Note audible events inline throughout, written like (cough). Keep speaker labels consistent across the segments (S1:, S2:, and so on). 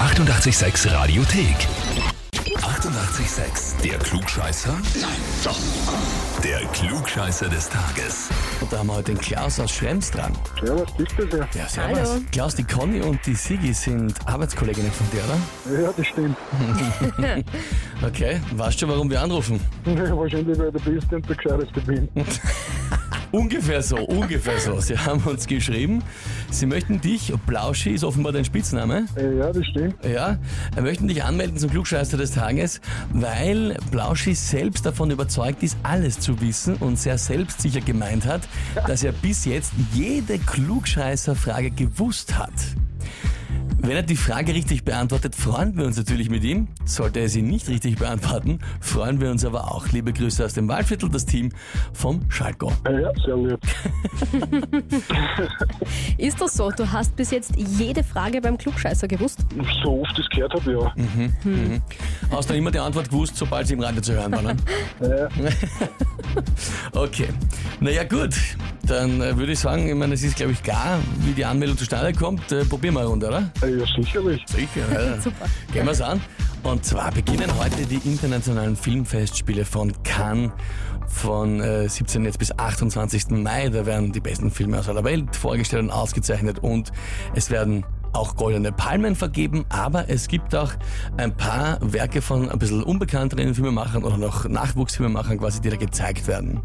S1: 886 Radiothek. 88,6. Der Klugscheißer? Nein, doch. Der Klugscheißer des Tages.
S2: Und da haben wir heute den Klaus aus Schrems dran.
S3: Ja, was bist du denn?
S2: Ja,
S4: Hallo.
S2: Klaus, die Conny und die Sigi sind Arbeitskolleginnen von dir, oder?
S3: Ja, das stimmt. (laughs)
S2: Okay, weißt du, warum wir anrufen?
S3: Ja, wahrscheinlich, weil du bist und der Gescheiteste bin.
S2: Ungefähr so, ungefähr so. Sie haben uns geschrieben, sie möchten dich, Blauschi ist offenbar dein Spitzname,
S3: Äh, Ja, das stimmt.
S2: ja, möchten dich anmelden zum Klugscheißer des Tages, weil Blauschi selbst davon überzeugt ist, alles zu wissen und sehr selbstsicher gemeint hat, dass er bis jetzt jede Klugscheißer-Frage gewusst hat. Wenn er die Frage richtig beantwortet, freuen wir uns natürlich mit ihm. Sollte er sie nicht richtig beantworten, freuen wir uns aber auch. Liebe Grüße aus dem Waldviertel, das Team vom Schalko.
S3: Äh, Ja, sehr lieb.
S4: Ist das so? Du hast bis jetzt jede Frage beim Klugscheißer gewusst?
S3: So oft ich es gehört habe, ja.
S2: Hast dann immer die Antwort gewusst, sobald sie im Radio zu hören war, ne?
S3: Äh,
S2: (laughs) Okay. Naja, gut. Dann äh, würde ich sagen, ich meine, es ist, glaube ich, klar, wie die Anmeldung zustande kommt. Äh, probieren wir eine Runde, oder?
S3: äh, Ja, sicherlich.
S2: Sicher. Ja.
S4: Super.
S2: Gehen wir es an. Und zwar beginnen heute die internationalen Filmfestspiele von Cannes von äh, 17. jetzt bis 28. Mai. Da werden die besten Filme aus aller Welt vorgestellt und ausgezeichnet und es werden auch goldene Palmen vergeben, aber es gibt auch ein paar Werke von ein bisschen unbekannteren Filmemachern oder noch Nachwuchsfilmemachern quasi, die da gezeigt werden.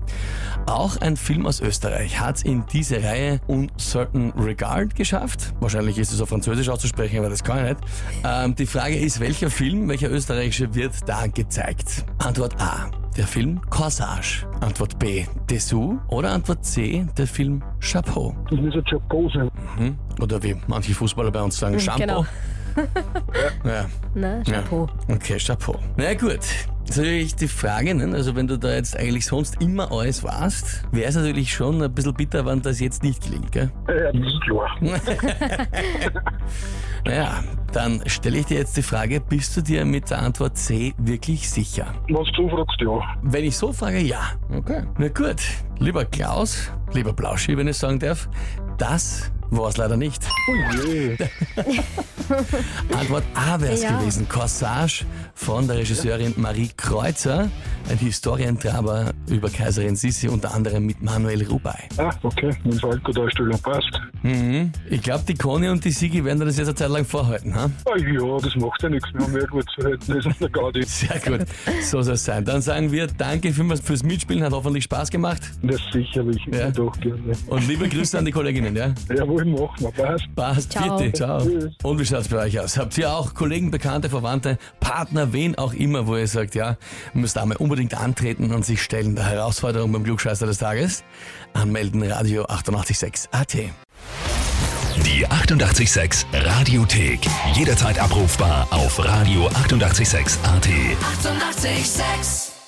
S2: Auch ein Film aus Österreich hat in diese Reihe Uncertain Regard geschafft. Wahrscheinlich ist es auf Französisch auszusprechen, aber das kann ich nicht. Ähm, die Frage ist, welcher Film, welcher österreichische wird da gezeigt? Antwort A. Der Film Corsage. Antwort B. Dessous. Oder Antwort C. Der Film Chapeau.
S3: Das muss jetzt schon Pose.
S2: Hm? Oder wie manche Fußballer bei uns sagen, Shampoo.
S4: Genau.
S2: (laughs) Ja.
S4: Na,
S2: Ja.
S4: Chapeau.
S2: Okay, Chapeau. Na gut. Das ist natürlich die Frage, ne? also wenn du da jetzt eigentlich sonst immer alles warst, wäre es natürlich schon ein bisschen bitter, wenn das jetzt nicht gelingt. Gell?
S3: Äh, Ja, das ist klar.
S2: Naja, dann stelle ich dir jetzt die Frage, bist du dir mit der Antwort C wirklich sicher?
S3: Wenn du zufragst, ja.
S2: Wenn ich so frage, ja. Okay. Na gut, lieber Klaus, lieber Blauschi, wenn ich sagen darf, das war es leider nicht.
S3: Oh je.
S2: (laughs) Antwort A wäre es
S4: Ja.
S2: gewesen. Corsage von der Regisseurin Marie Kreuzer, ein Historientraber über Kaiserin Sissi, unter anderem mit Manuel Rubey.
S3: Ah, okay. Mit dem Falco-Darsteller passt.
S2: Mhm. Ich glaube, die Conny und die Sigi werden dir das jetzt eine Zeit lang vorhalten. Ha? (laughs)
S3: Ah, ja, das macht ja nichts. Wir haben ja gut zu halten. Das ist der Gaudi.
S2: Sehr gut, so soll es sein. Dann sagen wir danke vielmals fürs Mitspielen, hat hoffentlich Spaß gemacht.
S3: Das sicherlich.
S2: Ja.
S3: Ja. Doch, gerne.
S2: Und liebe Grüße an die Kolleginnen, ja?
S3: Jawohl, machen wir. Passt.
S2: Passt,
S4: Ciao.
S2: bitte, ciao.
S3: Tschüss.
S2: Und wie schaut's bei euch aus? Habt ihr auch Kollegen, Bekannte, Verwandte, Partner, wen auch immer, wo ihr sagt, ja, müsst einmal unbedingt antreten und sich stellen der Herausforderung beim Glückscheißer des Tages? Anmelden, Radio 886 AT.
S1: Die 88,6 Radiothek. Jederzeit abrufbar auf radio886.at. 88,6.
S5: Eighty-eight, sex.